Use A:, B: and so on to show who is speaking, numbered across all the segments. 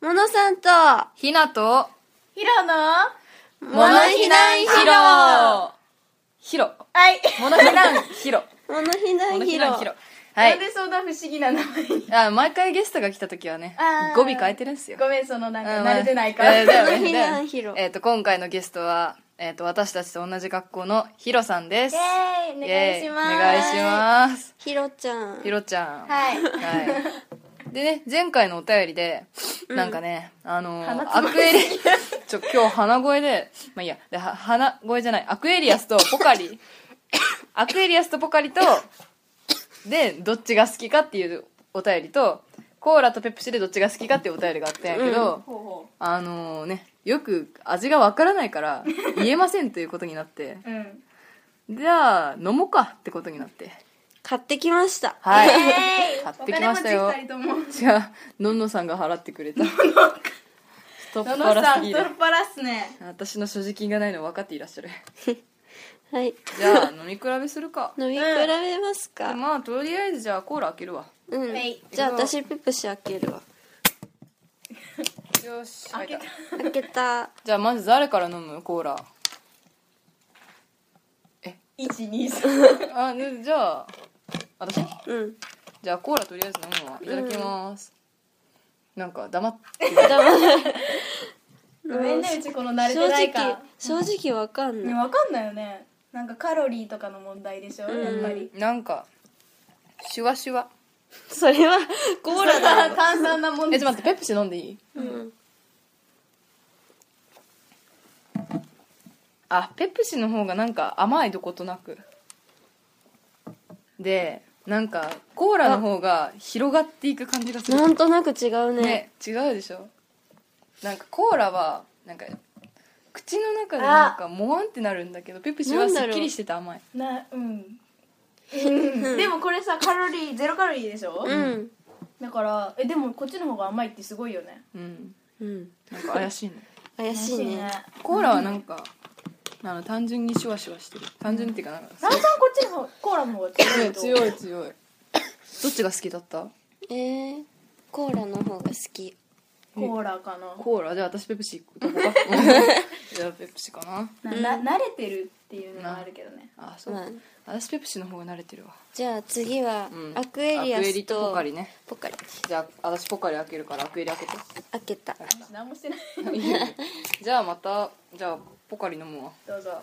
A: ものさんと、
B: ひなと、
C: ヒロのは
A: ものひなんひろ。
B: ろ。ひろ。
C: い。
B: ものひなんひろ。
A: ものひな
B: も
A: ん
B: の
A: ひ
B: ひなんひ
A: ろ
B: ろ。。は
C: なん
B: い
C: で。そんな不思議な名前に
B: あ、毎回ゲストが来た時はね
C: あ、ー
B: 語尾変えてるんですよ。
C: ごめん、そのなんか
B: うん
C: 慣れてないから。
B: えーだ
A: も
B: よ
A: の
B: ね
A: ひなんひろ
B: だよねえっと、今回のゲストは、えっと、私たちと同じ学校のひろさんです。
C: イェーイお願いします
B: イェーイお願いします。
A: ひろちゃん。
B: ひろちゃん。
C: はい。
B: はい。 でね、前回のお便りで、なんかね、あのー、ア
C: 鼻つま
B: クエリ、ちょ、今日鼻声で、まあいいや、で、は鼻声じゃない、アクエリアスとポカ リ、アクエリアスとポカリと、で、どっちが好きかっていうお便りと、コーラとペプシでどっちが好きかっていうお便りがあったんやけど、
C: ほうほ
B: あのね、よく味がわからない から、言えませんということになって、
C: う。うん。
B: じゃあ、飲もうかってことになって。
A: 買ってきました。
B: はい。
C: イェーイ
B: 買ってきましたよ。
C: お金持ち二人とも。
B: じゃあのんのさんが払ってくれた太っ
C: のの
B: 腹
C: さ
B: す
C: ん、
B: ぎ
C: 太
B: る
C: っ腹っすね。
B: 私の所持金がないの分かっていらっしゃる
A: はい。
B: じゃあ飲み比べする か
A: 飲み比べますか。
B: まあとりあえずじゃあコーラ開けるわ
A: うん
C: はい。
A: じゃあ私、ペプシ開けるわ。
B: よし
C: 開けた。
A: 開け た。
B: じゃあまず誰から飲むコーラ
C: 1、2、3。
B: あねじゃあ私
A: うん。
B: じゃあコーラとりあえず飲むわいただきます、なんか黙って
C: ごめんね、うちこの慣れ
A: 正
C: てない
A: 直
C: か。、
A: 正直わかん
C: ね、
A: ない。
C: わかんないよね。なんかカロリーとかの問題でしょ、やっぱり。
B: なんかシュワシュワ
A: それは、コーラだ。
C: だ。炭酸な問
B: え
C: 題。
B: ちょっと待ってペプシ飲んでいい
A: うん。
B: あペプシの方がなんか甘いどことなくでなんかコーラの方が広がっていく感じがす
A: な
B: る
A: んとなく違うね。
B: ね違うでしょなんかコーラはなんか口の中でなんかモワンってなるんだけどペプシは
A: なんだ
B: す
A: ろう
B: っきりしてて甘い
C: な、うん。うんでもこれさカロリーゼロカロリーでしょ、
A: うん。
C: だからえでもこっちの方が甘いってすごいよね
B: うん
A: うん。
B: なんか怪しいね
A: 怪しいね。
B: コーラはなんかあの単純にシュワシュワしてる単純にっていうかなんか
C: 炭酸こっちの方コーラの方が強いと
B: 強い強いどっちが好きだった
A: えー、コーラの方が好き。
C: コーラかな
B: コーラじゃあ私ペプシど こかじゃあペプシかな
C: なな慣れてるっていうのはあるけどね
B: あそう、
A: まあ、
B: 私ペプシの方が慣れてるわ、
A: じゃあ次は
B: う、ん
A: アクエリア
B: アクエ
A: ス
B: リと
A: と、
B: ポカリね
A: ポカリ。
B: じゃあ私ポカリ開けるからアクエリ開けて
A: 開けた。
C: 私何もしてない
B: じゃあまたじゃあポカリ飲むわ
C: どうぞ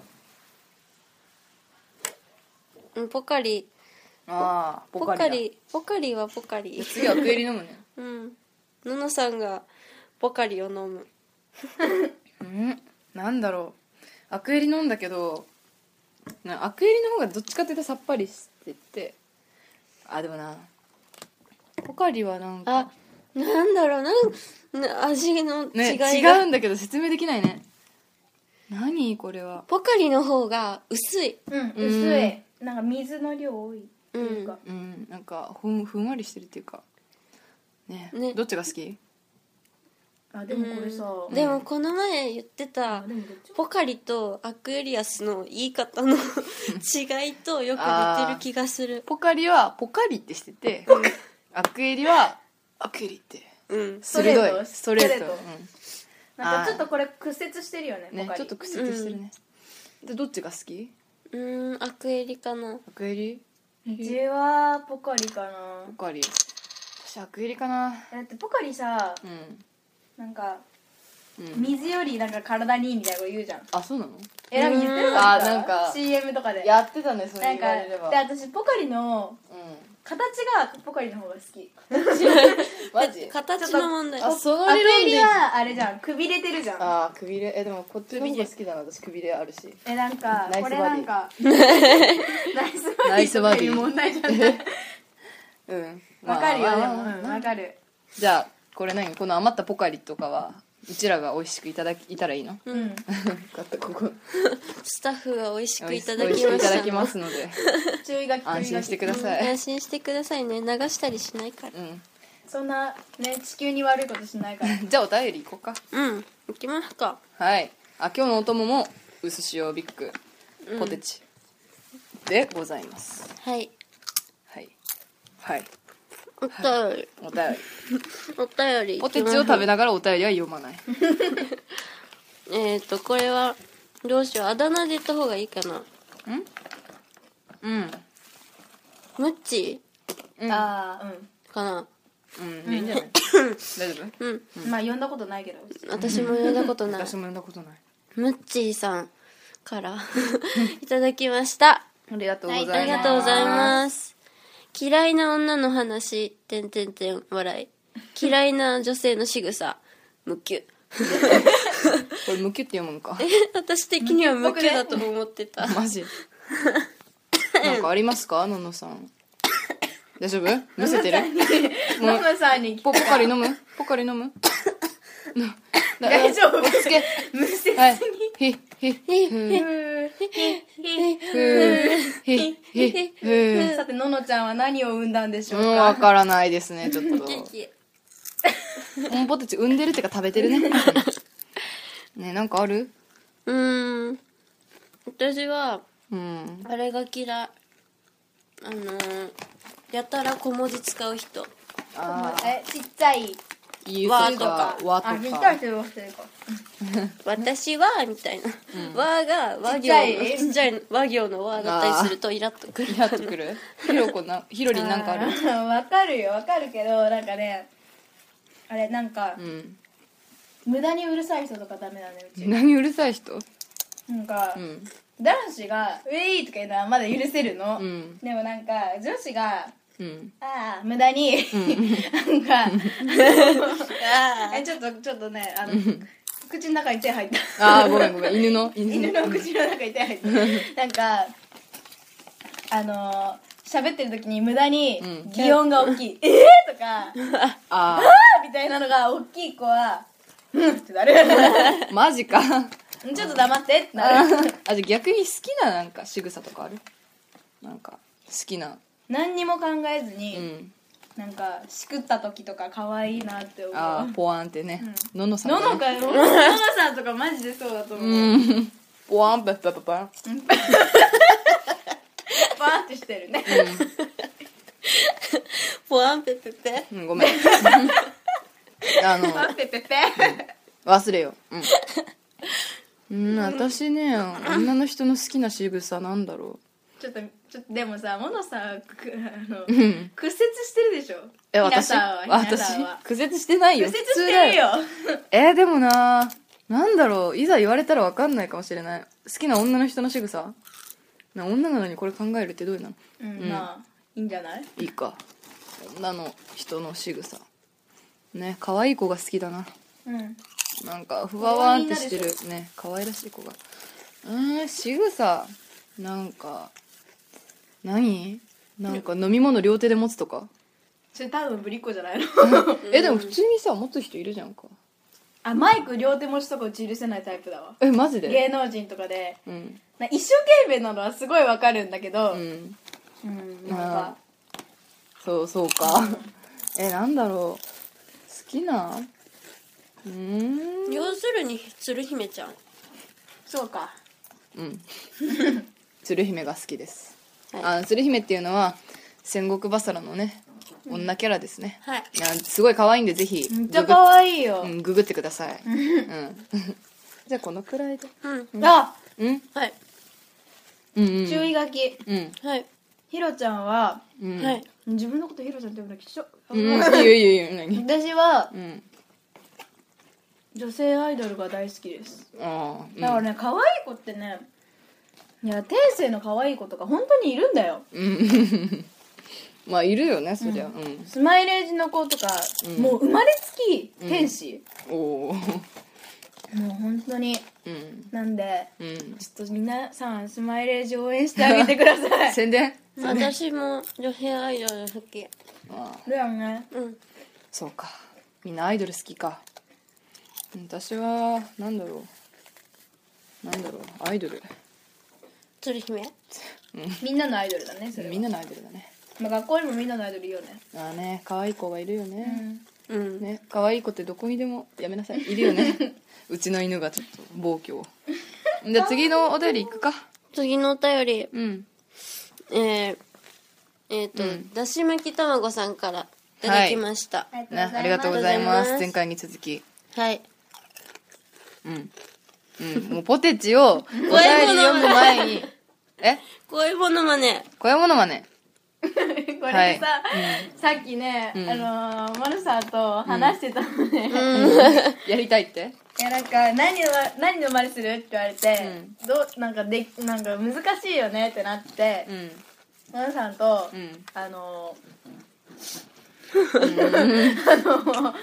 A: うんポカリ。
B: ああ
A: ポカリポカリはポカリ
B: 次アクエリ飲むね
A: うんののさんがポカリを飲む
B: うんなんだろうアクエリ飲んだけどなアクエリの方がどっちかっていうとさっぱりしててあでもなポカリはなんか
A: あなんだろうなんな味の
B: ね、
A: 違いが、
B: 違うんだけど説明できないね何これは
A: ポカリの方が薄い
C: うん薄いなんか水の量多いっていうか、
B: うんなんかふんふんわりしてるっていうかね
A: ね
B: どっちが好き
C: あでもこれさ、
A: うんでもこの前言ってた
C: あでもどっちも
A: ポカリとアクエリアスの言い方 の違いとよく似てる気がする
B: ポカリはポカリってしててアクエリはアクエリって
A: うん
C: トレー
B: 鋭
C: ト
B: いストレート
C: ストレートなんかちょっとこれ屈折してるよね
B: うんね
C: ポカリ
B: ちょっと屈折してるね、でどっちが好き
A: うーんアクエリかな
B: アクエリ
C: うちはポカリかな
B: ポカリ私アクエリかな
C: だってポカリさ
B: う
C: なんか
B: ん、うん、
C: 水よりなんか体にいいみたいなこと言うじゃん
B: あそうなの
C: えなんか言ってる
B: うん
C: か
B: あなんか
C: CM とかで
B: やってたねそれ
C: なん
B: 言わ
C: か
B: れれば
C: で私ポカリの
B: うん
C: 形がポカリの方が好き
B: マジ
A: 形の問題
B: あその
C: アク
B: 理論
C: エリ
B: で
C: はあれじゃんくびれてるじゃん
B: ああくびれえでもこっちの方が好きだな私くびれあるし
C: えなんか
B: ナイスバ
C: こ
B: ディ
C: れなんかナイス
B: ナイスバ
C: バディ
B: ディ
C: とかいう問題じゃない
B: うん
C: わかるよで
B: まあ
C: も
B: まあ
C: うんわかる
B: じゃあこれ何この余ったポカリとかはうちらが美味しくいただきいたらいいの
C: うん
B: ここ
A: スタッフが美味しくいただ
B: 美味
A: き
B: しく
A: ま
B: い
A: した
B: ただきますので
C: 注意書き注意書き
B: 安心してくだ
A: うん
B: さい
A: 安心してくださいね流したりしないから
B: うん
C: そんなね地球に悪いことしないから
B: じゃあお便り行こうか
A: うん行きますか
B: はいあ今日のお供も薄塩ビッグポテチでございます、
A: はい
B: はいはい
A: お便りお
B: お便り
A: 便り
B: ポテチを食べながらお便りは読まない
A: えっ、とこれはどうしようあだ名で言った方がいいかな
B: うん
A: ムッチ
B: うん
C: ああう
A: ーかな
B: うんいいんじゃない大丈夫
A: うん
C: んまあ呼んだことないけど
A: 私も呼んだことない
B: 私も読んだことない
A: ムッチーさんから いただきました
B: ありがとう
C: う
B: ご
C: ご
A: あ
B: ざ
C: ざ
B: い
A: り
B: ま
A: が
B: す
A: とうございます嫌いな女の話てんてんてん笑い嫌いな女性の仕草ムキュ
B: これムキュって読むのか
A: 私的にはムキュだと思ってた
B: マジなんかありますかののさん大丈夫むせてるも
C: マ
B: う
C: マさんに
B: ポポカリ飲むポカリ飲 むな
C: 大丈夫
B: 落ち着け
C: 無視せ
B: はいひひ
A: え
B: ひひひふ
C: さてののちゃんは何を産んだんでしょう
B: うんわ
C: か
B: からないですねちょっ と
A: ケーキ
B: ポンポテチ産んでるってか食べてるね ねなんかある
A: うーん私は
B: うん
A: あれが嫌いあのーやたら小文字使う人
B: あ
C: えちっちゃい
B: ー言う
A: わ
B: と
A: と
B: か
A: か
B: わと
C: あちっちゃ
B: か
C: い人いますね
A: 私はみたいな「和」が和
C: ちっちゃ
A: 行の
C: い
A: ちっちゃい和行の和だったりするとイラッとくる
B: やってくるひろこなひろりんなんかある
C: あ ーわかるよわかるけどなんかねあれなんか
B: うん
C: 無駄にうるさい人とかダメなんだようち
B: 何うるさい人
C: なんか
B: うん
C: 男子が「ウェイ!」とか言うのはまだ許せるの
B: うん
C: でもなんか女子が
B: うん
C: 「ああ無駄に」なん かえちょっとちょっとねあの口の中に手入った
B: ああごめんごめん犬の犬の
C: 犬の口の中に手入ったなんかあの喋ってる時に無駄に
B: うん
C: 擬音が大きい「ええー!」とか「
B: あ
C: あーみたいなのが大きい子は「うん」ってなる
B: あマジかあ
C: ちょっと黙ってってなる
B: ーあじゃあ逆に好きななんか仕草とかあるなんか好きな
C: 何にも考えず
B: う
C: に、
B: ん
C: なんかしくった時とか可愛いなって思う
B: ああポワンってねののさん
C: の
B: がね
C: のかよののさんとかマジでそうだと思う、
B: うんポワンペッペッペッペン
C: バーってしてるね、
A: ポワンペペペ
B: うん、ごめん。あの、
C: バーペペペ
B: 忘れよう。うん。うん、私ね、女の人の好きな仕草なんだろ
C: ちょっとちょっとでもさものさくあの
B: う。うん。
C: 屈折してるでしょ
B: え、私、
C: 皆さんは皆
B: 私
C: さんは、
B: 苦節してないよ。
C: 屈折してるよ
B: 普通だよ。え、でもな、なんだろう、いざ言われたらわかんないかもしれない。好きな女の人の仕草な女なのにこれ考えるってどういうなの
C: うん、
B: うん
C: まあいいんじゃない
B: いいか。女の人の仕草。ね、可愛い子が好きだな。
C: うん
B: なんかふわわんってしてるね可愛らしい子がうーん仕草なんか何なんか飲み物両手で持つとか
C: それ多分ぶりっ子じゃないの
B: えでも普通にさ持つ人いるじゃんか
C: あマイク両手持ちとかうち許せないタイプだわ
B: えマジで
C: 芸能人とかで
B: うん
C: な一生懸命なのはすごいわかるんだけど
B: う、ん
C: うん、なん
B: あ
C: か
B: ーそうそうか えなんだろう好きなうーん
A: 要するに鶴姫ちゃん
C: そうか
B: うん 鶴姫が好きです、
A: はい
B: あ鶴姫っていうのは戦国バサラのね女キャラですね、
A: はい
B: いやすごい可愛いんでぜひ
C: めっちゃ可愛いよ、
B: うん、ググってください、うん、 じゃあこのくらいで、
A: うん
C: あ
B: うん、
A: はい
B: うんうん
C: 注意書き
B: うん
A: はい
C: ひろちゃんは
B: うん
A: はい
C: 自分のことひろちゃんって呼ぶのきしょ、
B: うん、いやいやいや何
C: 私は
B: うん
C: 女性アイドルが大好きです
B: あ
C: だから
B: あ
C: ね、可愛い子ってねいや天性の可愛い子とか本当にいるんだよ
B: うん、うん、まあいるよねそりゃうん、
C: スマイレージの子とか、
B: うん
C: もう生まれつき天使、
B: おおー
C: もう本当に
B: うん
C: なんで
B: うん
C: ちょっと皆さんスマイレージ応援してあげてくださ い
B: 宣伝
A: 私も女性アイドル好き
B: ああ
C: だよね
A: うん
B: そうかみんなアイドル好きかうん私はなんだろうなんだろうアイドル
A: 鶴姫
C: みんなのアイドルだねそれは
B: みんなのアイドルだね
C: まあ、学校にもみんなのアイドルいいよね
B: ああね可愛い子がいるよね、
A: うん
B: ね可愛い子ってどこにでもやめなさいいるよ ねうちの犬がちょっと暴挙 をじゃあ次のお便り行くか
A: 次のお便り
B: うん
A: えー、えっ、と、だし巻き卵さんからいただきました
C: あり
B: ね、ありがとうございま
A: ありがとうございますす
B: 前回に続き
A: はい
B: うん、うん、 もうポテチをお便
A: 声
B: り
A: 物
B: 読む前にえ
A: こういうものまね
B: 小山のまね
C: これでさ、さっきね、あのー、マルサーと話してたのね、
B: やりたいって
C: いやなんか何の何の真似するって言われて、どうなんかでなんか難しいよねってなって
B: う、ん
C: マルさんと、
B: うん
C: あの ーあのー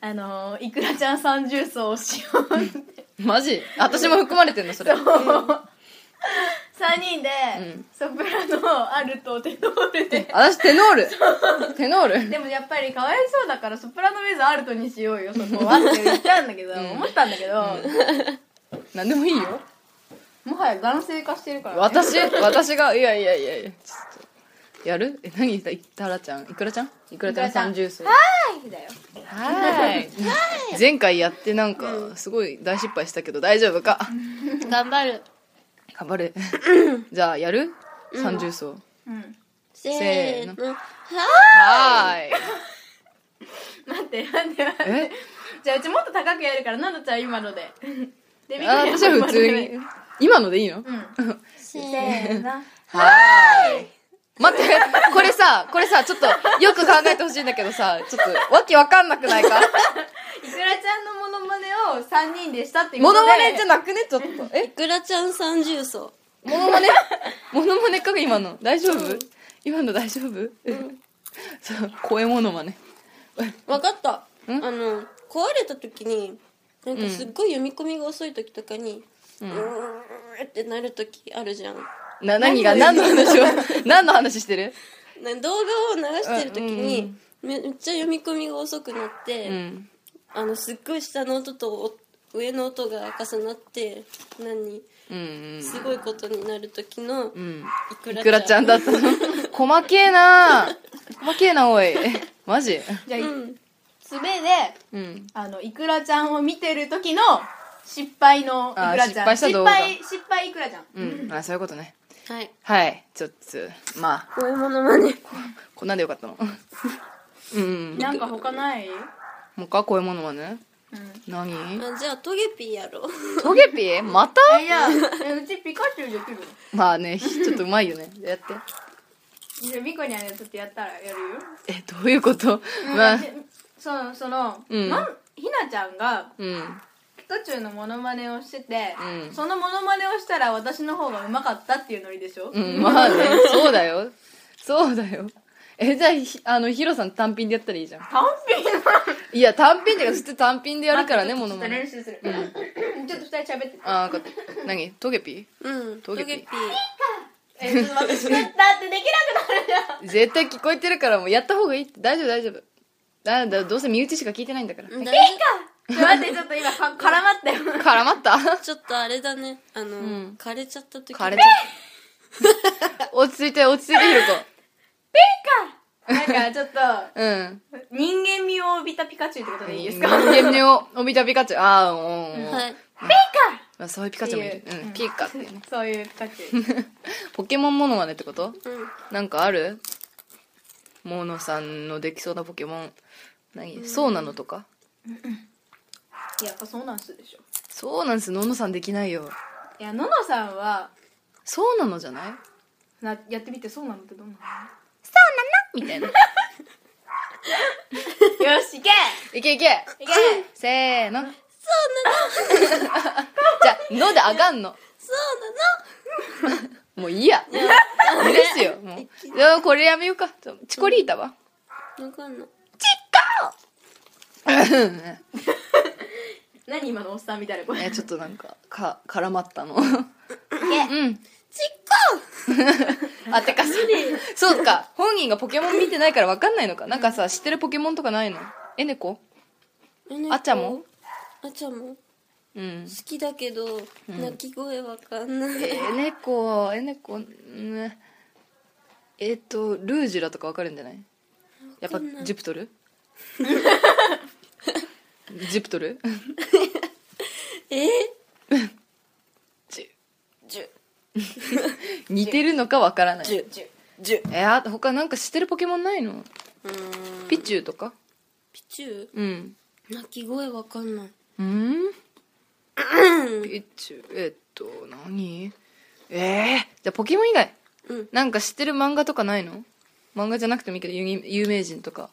C: あのーいくらちゃん三重奏をしようって
B: マジ私も含まれてんのそれ
C: 3人で、
B: うん
C: ソプラノアルトテノールで
B: 私テノールテノール
C: でもやっぱりかわいそうだからソプラノウェザーアルトにしようよそ こはって言ったんだけど、思ったんだけど、
B: 何でもいいよ
C: もはや男性化してるから、ね、
B: 私私がいやいやいやいやちょっとやるえ何言ったいたらちゃんいくらちゃんいくらちゃん三重奏は
C: はいだよ
B: ーい前回やってなんかすごい大失敗したけど大丈夫か
A: 頑張る
B: 頑張れじゃあやる三重奏
C: うん
A: せーの
B: せ
A: は
B: はーい
C: 待って待って待って
B: え
C: じゃあうちもっと高くやるからなのちゃん今のでで
B: あ私は普通に今のでいいの
C: うん
A: ーせ
C: せ
A: ー
C: ーの
B: はーい待ってこれさこれさちょっとよく考えてほしいんだけどさちょっとわけわかんなくないか
C: いくらちゃんのモノマネを3人でしたっていう
B: モノマネじゃ
C: ゃ
B: なくねちょっとえ
A: いくらちゃん三重奏
B: モノマ ネモノマネか今の大丈夫今の大丈夫、そう声モノマネ
A: わかったあ
B: ん
A: の壊れた時になんかすっごい読み込みが遅い時とかにうーってなる時あるじゃん
B: な何が何の話を何の話してる
A: な動画を流してる時にめめっちゃ読み込みが遅くなっ
B: う
A: て、
B: ん
A: あのすっごい下の音とお上の音が重なって何
B: うんうん
A: すごいことになる時の
B: うん
A: い
B: いくらちゃんだったの細けえな細けえなおいマジ
C: じゃあ
A: うん
C: すべで
B: うん
C: あのいくらちゃんを見てる時の失敗のいくらちゃん
B: あー失敗した動画
C: 失敗失敗いくらちゃん
B: うんあそういうことね
A: はい
B: はいちょっとまあ
A: こういうものまね
B: こんなんでよか ったのうん
C: なんか他ない
B: もうかこういうものはね
C: うん
B: 何
A: あじゃあトゲピーやろう
B: トゲピーまた
C: いやえうちピカチュウできる
B: まあねひちょっとうまいよねやって
C: じゃあミコにあれちょっとやったらやるよ
B: えどういうことまあ
C: でそのその、
B: うん
C: なんひなちゃんが
B: うん
C: 途中のモノマネをしてて、
B: うん
C: そのモノマネをしたら私の方がうまかったっていうノリでしょ、
B: うんまあねそうだよそうだよえじゃあひあのヒロさん単品でやったらいいじゃん
C: 単品の
B: いや単品っていうか普通単品でやるからね
C: ちょ
B: も
C: っ
B: の
C: と
B: まね
C: 練習する、ちょっと二人喋って
B: ああ分かった何トゲピ
A: うん
B: ト
A: ト
B: ゲ
A: ゲ
B: ピ
A: ピ
B: ー
A: ー
C: えちょっと待ってだってできなくなるじゃん
B: ー絶対聞こえてるからもうやった方がいいって大丈夫大丈夫だだどうせ身内しか聞いてないんだから
A: うんだい
C: いいかちょっと待ってちょっと今か絡まったよ
B: 絡まった
A: ぶちょっとあれだねあの、
B: ん
A: 枯れちゃった時
B: 枯れちゃった 落ち着いて落ち着いてひろ
C: なんかちょっと
B: こうん
C: 人間味を帯びたピカチュウってことでいいです
B: 人
C: か
B: 間味を帯びたピカチュウああうんうんうん、
A: はい
B: まあ、そういうピカチュウもいる
C: っていう
B: う
C: うんん
B: ピカっていうね
C: そういうピカチュウ
B: ポケモンモノマネってこと
A: うん
B: なんかあるモノさんのできそうなポケモン何そうなのとか
C: やっぱそうなんすでしょ
B: そうなんですののさんできないよ
C: いやののさんは
B: そうなのじゃない
C: なやってみてそうなのってどうなの
B: みたいな
C: よしいけ
B: いけいけ
C: いけ
B: せーのそうなの じゃあ「の」で上がんのそうなのもういいやいいですよもうでもこれやめようかちょチコリータは
A: わかんない
C: 何今のおっさんみたいな 声
B: えちょっとなんかか絡まったの
C: け
B: うんあてかそそうか本人がポケモン見てないから分かんないのかなんかさ知ってるポケモンとかないのえ猫
A: えね
B: あちゃんも
A: あちゃんも好
B: うん
A: きだけど、鳴き声わかんない
B: え猫え猫ねえっとルージュラとか分かるんじゃないやっぱジュプト ルジュプトル
A: え
B: ジュ
A: じゅ
B: 似てるのか分からない
A: じゅ
C: じゅ
A: じゅ
B: えあ他なんか知ってるポケモンないの
A: うーん
B: ピッチューとか
A: ピチュ
B: うん
A: ー鳴き声わかんない
B: うんピチューえっと何ええじゃあポケモン以外
A: うん
B: なんか知ってる漫画とかないの漫画じゃなくてもいいけど有名有名人とか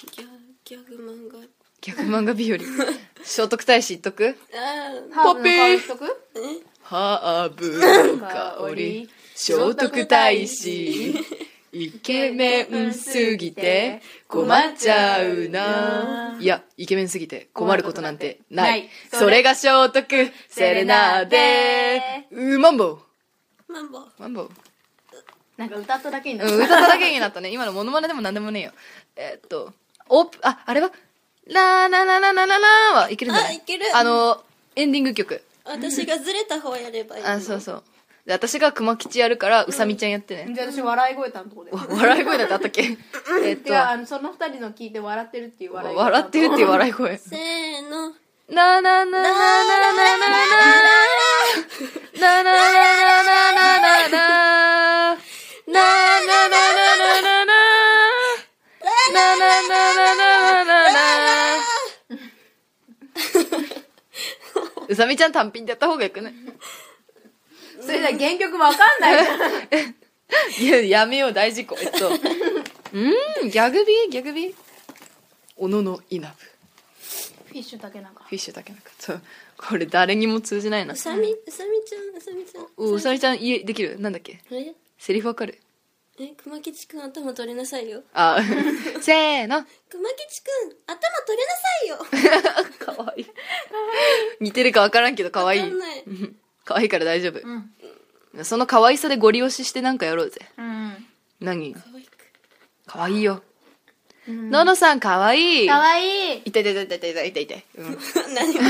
A: ギャギャグ漫画
B: 逆漫画 日和聖徳太子言っとく
A: あー
B: ポピー
C: ハーブ
B: ハーブ
C: の香りしとく
B: の香り聖徳太子イケメンすぎて困っちゃうないやイケメンすぎて困ることなんてない
C: ない
B: それが聖徳セレナーデうーマンボウ
A: マンボウ
B: マンボウ
C: なんか歌っただけにな
B: う
C: る、
B: ん、歌っただけになったね。今のモノマネでも何でもねえよ。えーっと、オープ、あ、あれはラーララララララーはいけるんじゃない
A: あいける
B: あの、エンディング曲。
A: 私がずれた方やればいいの
B: あ、そうそう。で、私が熊吉やるから、うさみちゃんやってね。
C: じゃあ私笑い声担当で
B: わ笑い声だってあったっけえーっ
C: いやあ
B: と、
C: のその二人の聞いて笑ってるっていう笑い声
B: 笑ってるっていう笑い声。
A: せーの
B: ななななななななななななななななななななななななななななうさみちゃん単品でやった方がよくない
C: それじゃ原曲わかん ないじゃん
B: いややめよう大事故えっとうんギャグビーギャグビー小野の稲部
C: フィッシュだけなんか
B: フィッシュだけなかったこれ誰にも通じないな
A: うさみうさみちゃんうさみちゃん
B: ううさみちゃん言えできるなんだっけ
A: え
B: セリフわかる
A: え熊吉くん頭取りなさいよ
B: あせーの
A: 熊吉くん頭取りなさいよ
B: かわいい似てるかわからんけどかわいい
A: わかんない
B: かわいいから大丈夫
C: うん
B: その可愛さでご利用ししてなんかやろうぜ
C: うん
B: 何
A: 可愛く
B: かわいいよののさんかわいい
C: かわいい
B: 痛い痛い痛い痛い痛い痛い痛い、うん、
A: 何も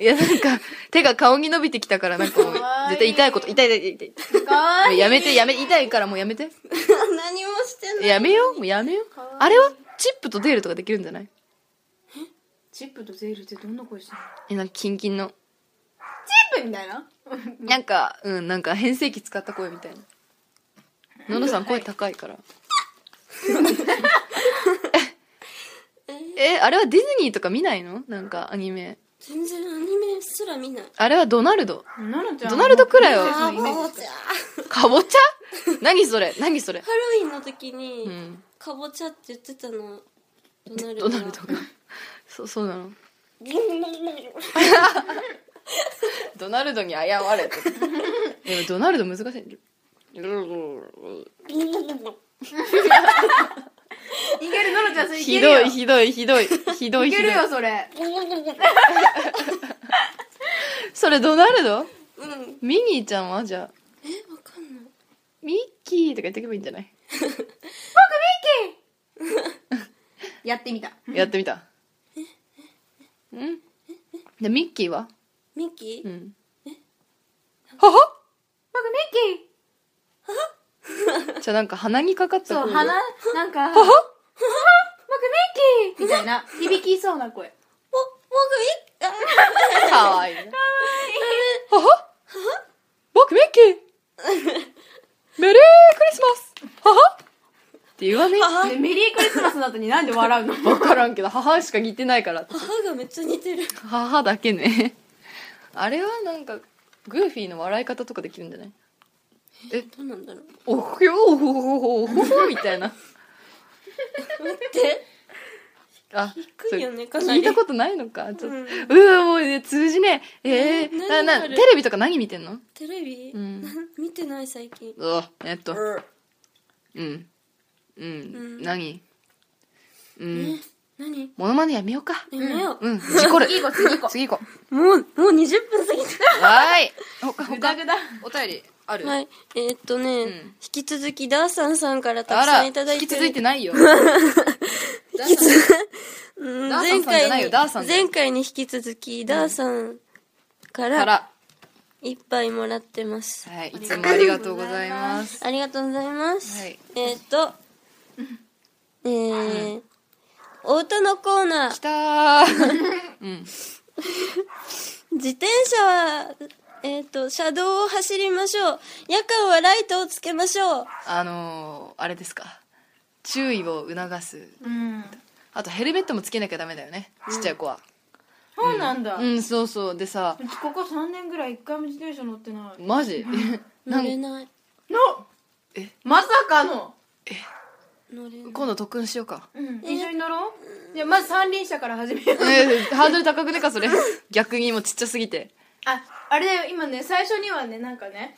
B: いやなんか手が顔に伸びてきたからなんかもう
C: かわいい
B: 絶対痛いこと痛い痛い痛い痛い
C: かわ
B: も
C: いうい
B: やめてやめ痛いからもうやめて
A: 何もしてない
B: やめようもうやめよう
C: わいい
B: あれはチップとデールとかできるんじゃない
C: チップとゼールってどんな声してる
B: えなんかキンキンの
C: チップみたいな
B: なんかうんなんか変声機使った声みたいなののさん声高いからえあれはディズニーとか見ないのなんかアニメ
A: 全然アニメすら見ない
B: あれはドナルド
C: ノノちゃん
B: ドナルドくらい
A: あ
B: は
A: ーもうじゃあ
B: かぼちゃ何それ何それ
A: ハロウィンの時に、
B: うん
A: かぼちゃって言ってたのドナルド
B: ド
A: が
B: ナルドが そうそうなのドナルドに謝れてでもドナルド難しい
C: いけるノノちゃんそれいけ
B: ひ
C: る
B: ど
C: よ
B: いひどいひどいひどい
C: い
B: ひ
C: け
B: ど
C: る
B: い
C: よそれ
B: それドナルド
A: うん
B: ミニーちゃんはじゃあ
A: えわかんない
B: ミッキーとか言ってけばいいんじゃない
C: やってみた
B: やってみたうんでミッキーは
A: ミッキー、
B: うんはは
C: 僕ミッキー
B: じゃあなんか鼻にかかった
C: そう
B: 声
C: 鼻なんか
B: はは
C: 僕ミッキーみたいな響きそうな声
A: ぼ僕ミッあ
B: かわいいな。はは僕ミッキーメリークリスマスははって言わね
A: 母
C: ねメリークリスマスの後になんで笑う の
B: わからんけど、母しか似てないから。
A: 母がめっちゃ似てる
B: 母だけね。あれはなんか、グーフィーの笑い方とかできるんじゃないえ、
A: どうなんだろう
B: おひょおほほほほほみたいな。
A: 待って
B: あ、
A: 低いよね
B: そ
A: か
B: う
A: な
B: 聞
A: り
B: いたことないのか。ちょっと。う
A: うん
B: ーもうね、通じねえ。えー、
A: 何
B: な、
A: あ
B: な、
A: る
B: テレビとか何見てんの
A: テレビ、
B: うん
A: 見てない最近
B: うわ、えっと。
A: うん
B: うん。うん。
A: ん
B: 何う
A: え
B: ん。
A: 何
B: モノマネやめようか。
A: やめよう、
B: うん。事故る。
C: 次行こう次
B: 次行
C: 行こ
B: こ
A: もうもう20分過ぎた
B: う。はーい。ほか、
C: う
B: ほ
C: グ
B: か
C: ダ。グダ
B: お便りある
A: はいえーっとね、
B: ん
A: 引き続きダーサンさんからた
B: あ
A: くさ
B: ら、
A: んいただい
B: 引
A: て
B: き
A: る
B: 続いてない よ。
A: 引きつうん
B: ダーサ
A: 前
B: ンさんじゃな
A: 回
B: いよ
A: に
B: ダーサンだよ
A: 前回に引き続きダーさんか
B: からら。
A: いっぱいもらってます
B: はい。いつもありがとうございます。
A: ありがとうございます、
B: はい
A: えーっとえー、お歌のコーナー
B: きた ー。
A: 自転車は、えっ、と、車道を走りましょう。夜間はライトをつけましょう。
B: あのー、あれですか。注意を促す
C: うん
B: あとヘルメットもつけなきゃダメだよねちっちゃい子は
C: そうなんだ、
B: う
C: うん
B: そうそうでさ
C: ちここ3年ぐらい一回も自転車乗ってない
B: マジな
A: 乗れ
B: ん
A: ない
C: の
B: え
C: まさかの
A: 乗れない
B: 今度特訓しようか
C: うん一緒に乗ろうじゃあまず三輪車から始めよう
B: えーハードル高くねかそれ逆にもうちっちゃすぎて
C: ああれだよ今ね最初にはねなんかね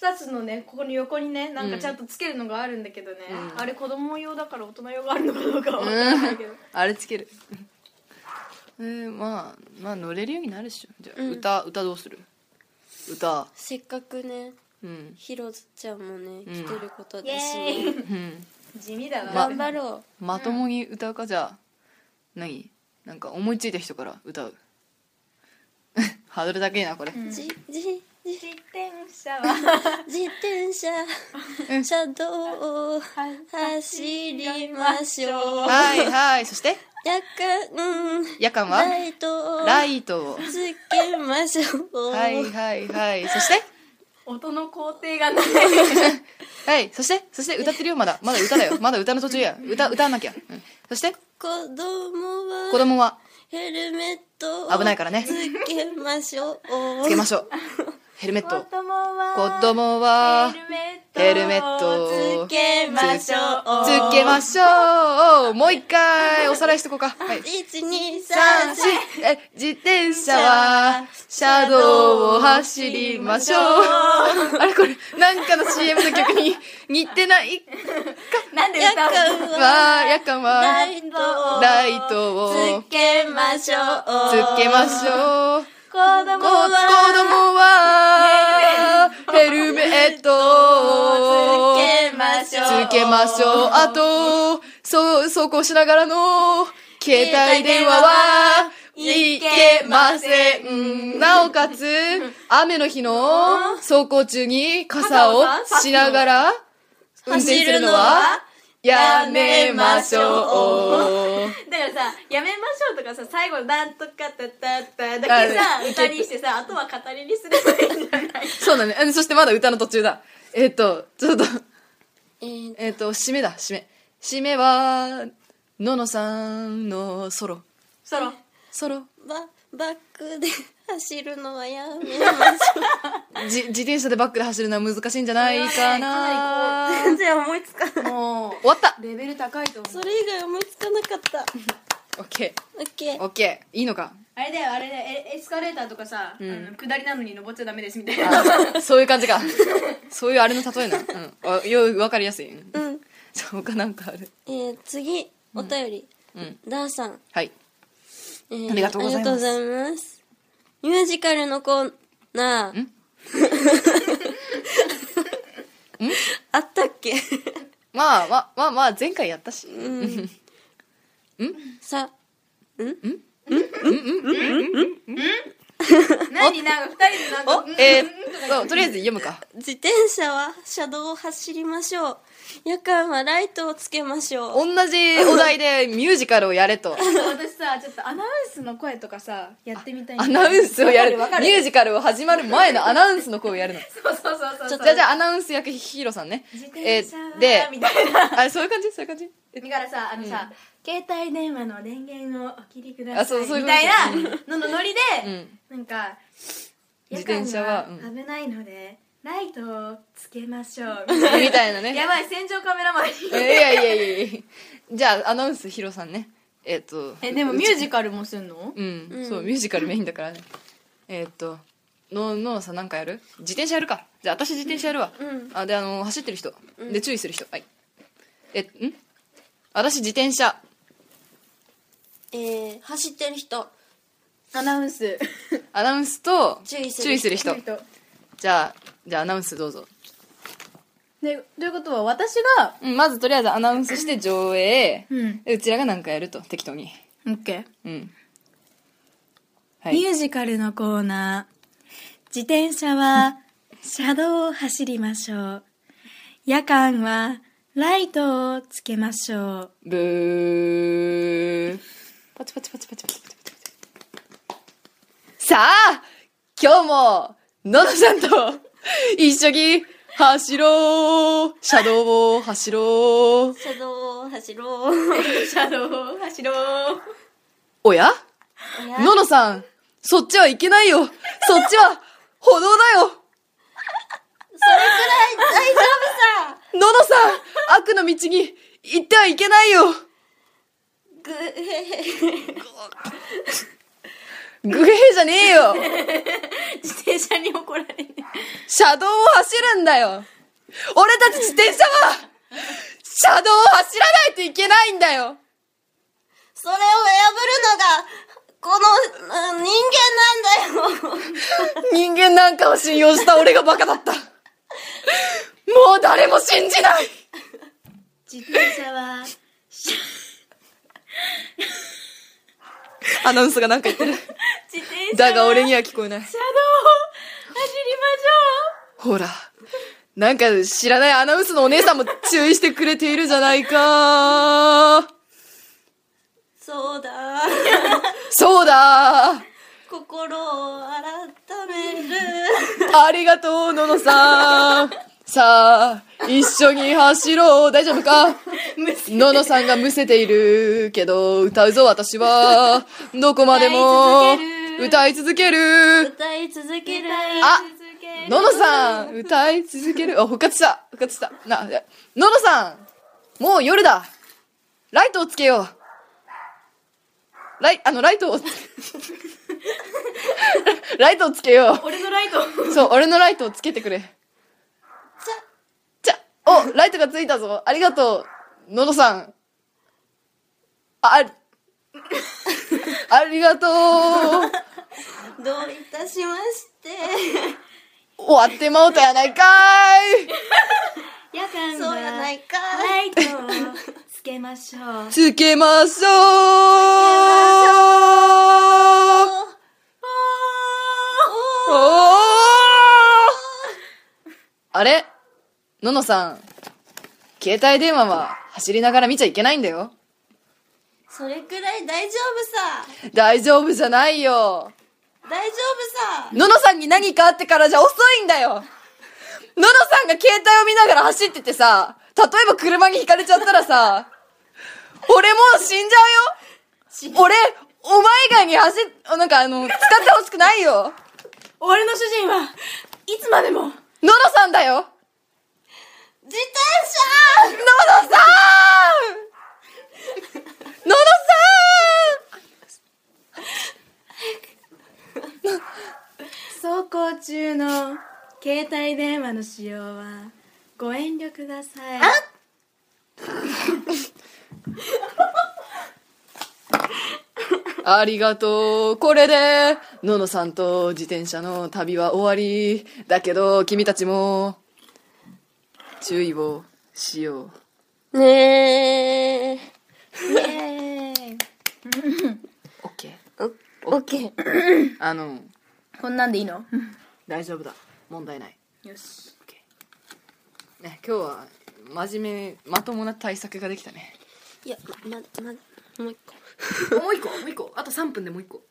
C: 2つのねここの横にねなんかちゃんとつけるのがあるんだけどね、あれ子供用だから大人用があるのかどうかは分からないけど、
B: あれつけるえー、まあまあ乗れるようになるっしょじゃあ、歌歌どうする歌
A: せっかくね
B: うん
A: ひろちゃんもね
B: ん
A: 来てること
C: イ
A: だし、
C: エーイ
B: うん
C: 地味だな、
A: 頑張ろ
B: まともに歌うかじゃあ何なんか思いついた人から歌う ハードル高いなこれ、
A: う、じじ
C: 自転車は
A: 自転車
B: うん
A: 車道を走りましょう
B: はいはいそして
A: 夜間
B: 夜間は
A: ライトを
B: ライトを
A: つけましょう
B: はいはいはいそして
C: 音の工程がない
B: はいそしてそして歌ってるよまだまだ歌だよまだ歌の途中や歌歌わなきゃ、うんそして
A: 子供
B: 子
A: は
B: 供は
A: ヘルメットを
B: 危ないからね
A: つけましょう
B: つけましょうヘルメットを
C: 供は
B: 子供はヘ
C: ヘ
B: ル
C: ル
B: メ
C: メ
B: ッ
C: ッ
B: ト
C: ト
B: を
C: をつけましょう
B: つけましょうもう一回おさらいしとこうかはい三
A: 123
B: 四え自転車は車道を走りましょうあれこれなんかの CM の曲に似てない
C: なんで
A: 夜
C: 歌うの
A: 間は
B: わ夜間
A: ラ
B: は
A: イトを
B: ライトを
A: つけましょ
B: つ
A: う
B: けましょう
C: 子供
B: こ子供はヘルメットを
A: つけましょう
B: つけましょう。あと、そう、走行しながらの、携帯電話は、いけません。なおかつ、雨の日の走行中に傘をしながら、運転するのは、やめましょう。
C: だからさ「やめましょう」とかさ最後「なんとかたたた」だけさ歌にしてさあとは語りにすればいいんじゃ ない
B: そうだね。うんそしてまだ歌の途中だ。えっと、ちょっと、
A: えー
B: えっと、締めだ、締め。締めは、ののさんのソロ。
C: ソロ
B: ソロ。
A: ババックで走るのはやめましょう
B: じ自転車でバックで走るのは難しいんじゃないかな
A: 全然思いつかない
C: も
B: 終わった
C: うレベル高いと思
A: それ以外思いつかなかった
B: オッケ
A: オッケ
B: ー
A: ー
B: オッケーいいのか
C: あれだよあれだよエエスカレーターとかさ、あの下りなのに登っちゃダメですみたいな
B: そういう感じかそういうあれの例えな、うん、あよ分かりやすい、うん、
A: うん
B: じゃあ他なんかある
A: えー、次お便り、
B: うん
A: ダーさん、
B: はい
A: えー
B: ありがとうございます
A: ありがとうございますミュージカルのコーナ ーあったっけ
B: まあまあまあまあ前回やったし、
A: さ
C: 何なんか二人でなんかうん
B: えー、そうとりあえず読むか
A: 自転車は車道を走りましょう夜間はライトをつけましょう
B: 同じお題でミュージカルをやれと
C: 私さちょっとアナウンスの声とかさやってみたいんだ
B: ア
C: けど
B: ナウンスをやる
C: わか
B: ミュージカルを始まる前のアナウンスの声をやるの
C: そうそうそうそう
B: じゃあじゃあアナウンス役ヒーローさんね
C: 自
B: え
C: 転車
B: ー、
C: で
B: で
C: みたいな
B: あそういう感じそういう感じ
C: だからさあのさ、携帯電話の電源をお切りくだ
B: あ
C: さ
B: そう
C: い
B: そういう
C: み
B: こと
C: たいなののノリ
B: う
C: で、
B: ん
C: なんか
B: 自転車は
C: 夜間
B: う
C: 危ないので、ライトをつけましょうみたい
B: みたいなね
C: なやばい戦場カメラマン
B: いやいやいやいやじゃあアナウンスヒロさんねえっ、と
C: ュージカルもすんの
B: うん、そうミュージカルメインだからねえっ、とのののさんなんかやる自転車やるかじゃあ私自転車やるわ、
A: うん
B: あであの走ってる人、で注意する人はいえん私自転車
A: えー、走ってる人
C: アナウンス
B: アナウンスと
A: 注意する人
B: 注意する 人じゃあじゃあアナウンスどうぞ、
C: でということは私が
B: うん、まずとりあえずアナウンスして上映、
C: うん
B: でうちらがなんかやると適当に
C: OK
B: うんは
C: ミュージカルのコーナー。自転車 は車道を走りましょう。夜間はライトをつけましょう。
B: ブー。パチパチパチパチパチパチパチパチ。さあ今日も、ののさんと一緒に走ろう車道を走ろう
A: 車道をドウ走ろ う。
C: シャドウ走ろう。
B: おや
A: いや
B: ののさん、そっちはいけないよ。そっちは、歩道だよ。
A: それくらい大丈夫さ
B: ののさん、悪の道に行ってはいけないよ。
A: ぐへへ
B: グヘじゃねえよ。
C: 自転車に怒られる。
B: 車道を走るんだよ。俺たち自転車は、車道を走らないといけないんだよ。
A: それを破るのが、この、うん人間なんだよ
B: 人間なんかを信用した俺がバカだった。もう誰も信じない。
C: 自転車は、
B: アナウンスがなんか言ってる。
C: 自転車
B: だが俺には聞こえない。
C: シャドウ走りま
B: ほら。なんか知らないアナウンスのお姉さんも注意してくれているじゃないか。
A: そうだ。
B: そうだ
A: 心を改める。
B: ありがとう、ののさん。さあ、一緒に走ろう。大丈夫かののさんがむせているけど、歌うぞ、私は。どこまでも。歌い続ける。
A: 歌い続ける。
B: あ
C: しょう続け
B: ののさん、歌い続ける。あ、復活した。復活した。な、ののさん、もう夜だ。ライトをつけよう。ライ、あの、ライトを つけ、ライトをつけよう。
C: 俺のライト。
B: そう、俺のライトをつけてくれ。じゃ、じゃ、お、ライトがついたぞ。ありがとう、のどさん。あ、あり、ありがとう。
A: どういたしまして。
B: 終わってまうたやないか
C: 夜間は、
A: そうやないか
C: ライトをつけましょう
B: ーい。。つけましょうおーあれののさん、携帯電話は走りながら見ちゃいけないんだよ。
A: それくらい大丈夫さ
B: 大丈夫じゃないよ。
A: 大丈夫さ
B: ののさんに何かあってからじゃ遅いんだよののさんが携帯を見ながら走っててさ、例えば車にひかれちゃったらさ、俺もう死んじゃうよ俺、お前以外に走っ、なんかあの、使ってほしくないよ
C: 俺の主人はいつまでも
B: ののさんだよ
A: 自転
B: ののさんのの
C: 走行中の携帯電話の使用はご遠慮ください。
B: さんありがとう。これで、ののさんと自転車の旅は終わり。だけど、君たちも、注意をしよう。
A: 車ねえ。
C: イエーイ
B: オッケー。
A: オッケー。
B: あの、
C: こんなんでいいの
B: 大丈夫だ。問題ない。
C: よし。
B: ね、今日は、真面目、まともな対策ができたね。
A: いや、ま、ま、もう一個。
B: もう一個、もう一個。あと3分でもう一個。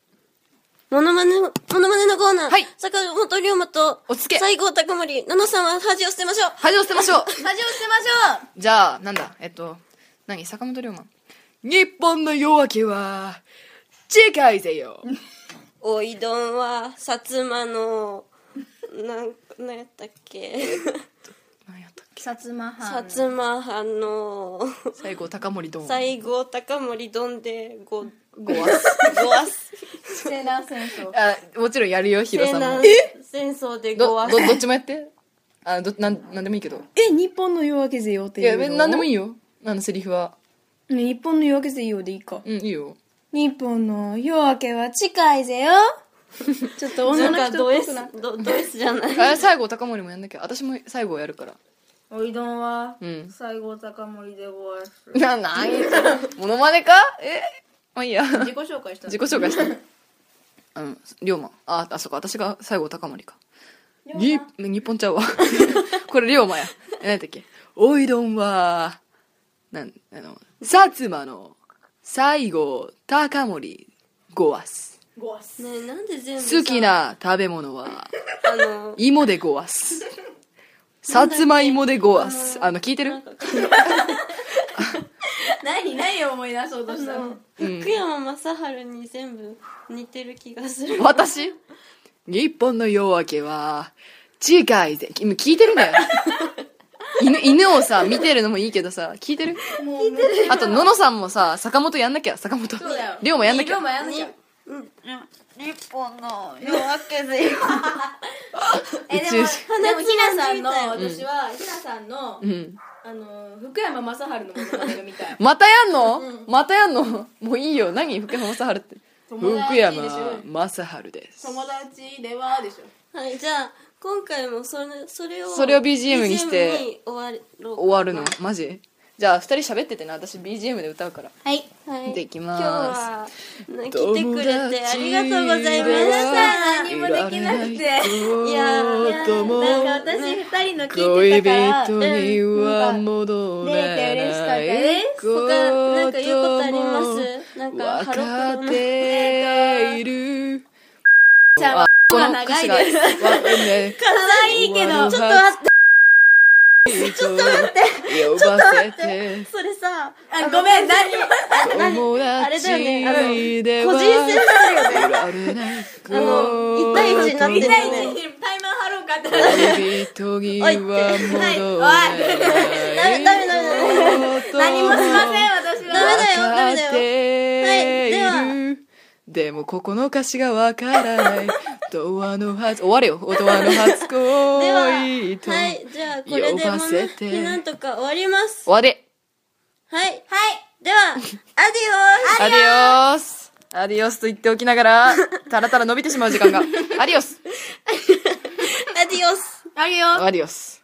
A: モノマネ、モノマネのコーナー。
B: はい
A: 坂本龍馬と、
B: 落ち着け
A: 西郷隆盛、ナノさんは恥を捨てましょう。
B: 恥を捨てま しょう
C: 恥を捨てましょ
B: じゃあ、なんだ、えっと、何坂本龍馬。日本の夜明けは、近いぜよ。
A: おいどんは、薩摩の、なん、なんやったっけ。
B: 何やったっけ
C: う薩摩藩
A: 薩摩派の、
B: 最後、高森どん。
A: 西郷隆盛どんで、ご、
B: 後は。
A: ごわ す。
C: 西南戦争
B: あ、もちろんやるよ、ヒロ
A: 西
B: さんも
A: 南。戦争でご
B: ど、
A: わ
B: ど、
A: す。
B: どっちもやって。あ、ど、なん、なんでもいいけど。
C: え日本の夜明けぜよって
B: い
C: い
B: や、
C: うの
B: なんでもいいよ。あの、セリフは。
C: ね日本の夜明けぜよでいいか
B: うん、いいよ。
C: 日本の夜明けは近い ぜよちょっと女
A: なんか
C: の
A: ド
C: 人っぽ
A: S
C: くなっ、
A: ドド S じゃない。
B: あれ、最後、高森もやんなきゃ。私も最後やるから。
C: おいどんは
B: うん
C: 西郷隆盛でごわす
B: な、なに モノマネかえまあいいや。
C: 自己紹介した
B: 自己 紹介した。あの、龍馬。あ、あ、そっか、私が西郷隆盛か。に、日本ちゃうわ。 これ龍馬や。え、なんだっけ。おいどんは、なん、あの、薩摩の西郷隆盛ごわす。
C: ごわす
A: ねえなんで全部さ
B: 好き。な食べ物は、
A: あの、
B: 芋でごわす。さつまいもでごわす。あの、聞いて
A: な
B: る
A: んか
C: 何何を思い出そうとしたの
B: うん
A: 福山雅治に全部似てる気がする
B: 私日本の夜明けは次回で今聞いてるね犬犬をさ見てるのもいいけどさ聞いてる
C: もうもう
B: あとののさんもさ坂本やんなきゃ坂本
C: そうだよ
B: りょうもやんなきゃ
C: りょうもやんなきゃ
D: 日本の夜明けで
C: えでも
B: 宇宙
C: でも
B: 人
C: ひなさんの
B: うん
C: 私はひなさんの
B: うん
C: あの福山雅治のものまねが見たい
B: またやんの、またやんのもういいよ何福山雅治って
C: 友達
B: 福
C: でしょ
B: 山雅治です
C: 友達ではでしょ
A: はいじゃあ今回もそれそれを
B: それを BGM にして
A: に終わろう
B: 終わるのマジじゃあ二人喋っててな私 BGM で歌うから
C: はい
A: はい
B: できます
A: 今日は来てくれてありがとうございました
C: 何もできなくていや
A: いやー
C: なんか私二人の聞いてたから
B: に
C: は
B: 戻
C: らない
A: 他なんか言うことありますなんかハロ
B: わ
A: プ
B: か
A: ロ
B: っ
A: の
B: ている
C: じゃあ
B: こ
C: まあ
B: の
C: 長
B: 歌詞
C: い
B: が
C: です
B: わかんない
C: 可愛いけど
B: ちょっと
C: あ
B: ちょっと待って呼ばせて
A: それさ
C: ごめん何も
B: 友
A: あれだよ
B: 達では
A: 個人戦だよね
B: いられない
A: あの一対一になってる
C: 第
A: よね
C: 一にタイマン張ろうかって話
B: 恋人には戻れ
A: ダ
B: ない
A: メダメダメダメ
C: 何もしません私は
A: ダメだよダメだよ
B: ている、
A: はい
B: でもここの歌詞がわからないドアの初終われよドアの初
A: では
B: 恋と、
A: はいじゃあこれでも
B: 呼ばせて
A: めなんとか終わります
B: 終われ
A: はいはいではアディオス
B: アディオスアディオスと言っておきながらたらたら伸びてしまう時間がアディオス
A: アディオス
C: あげよう
B: アディオス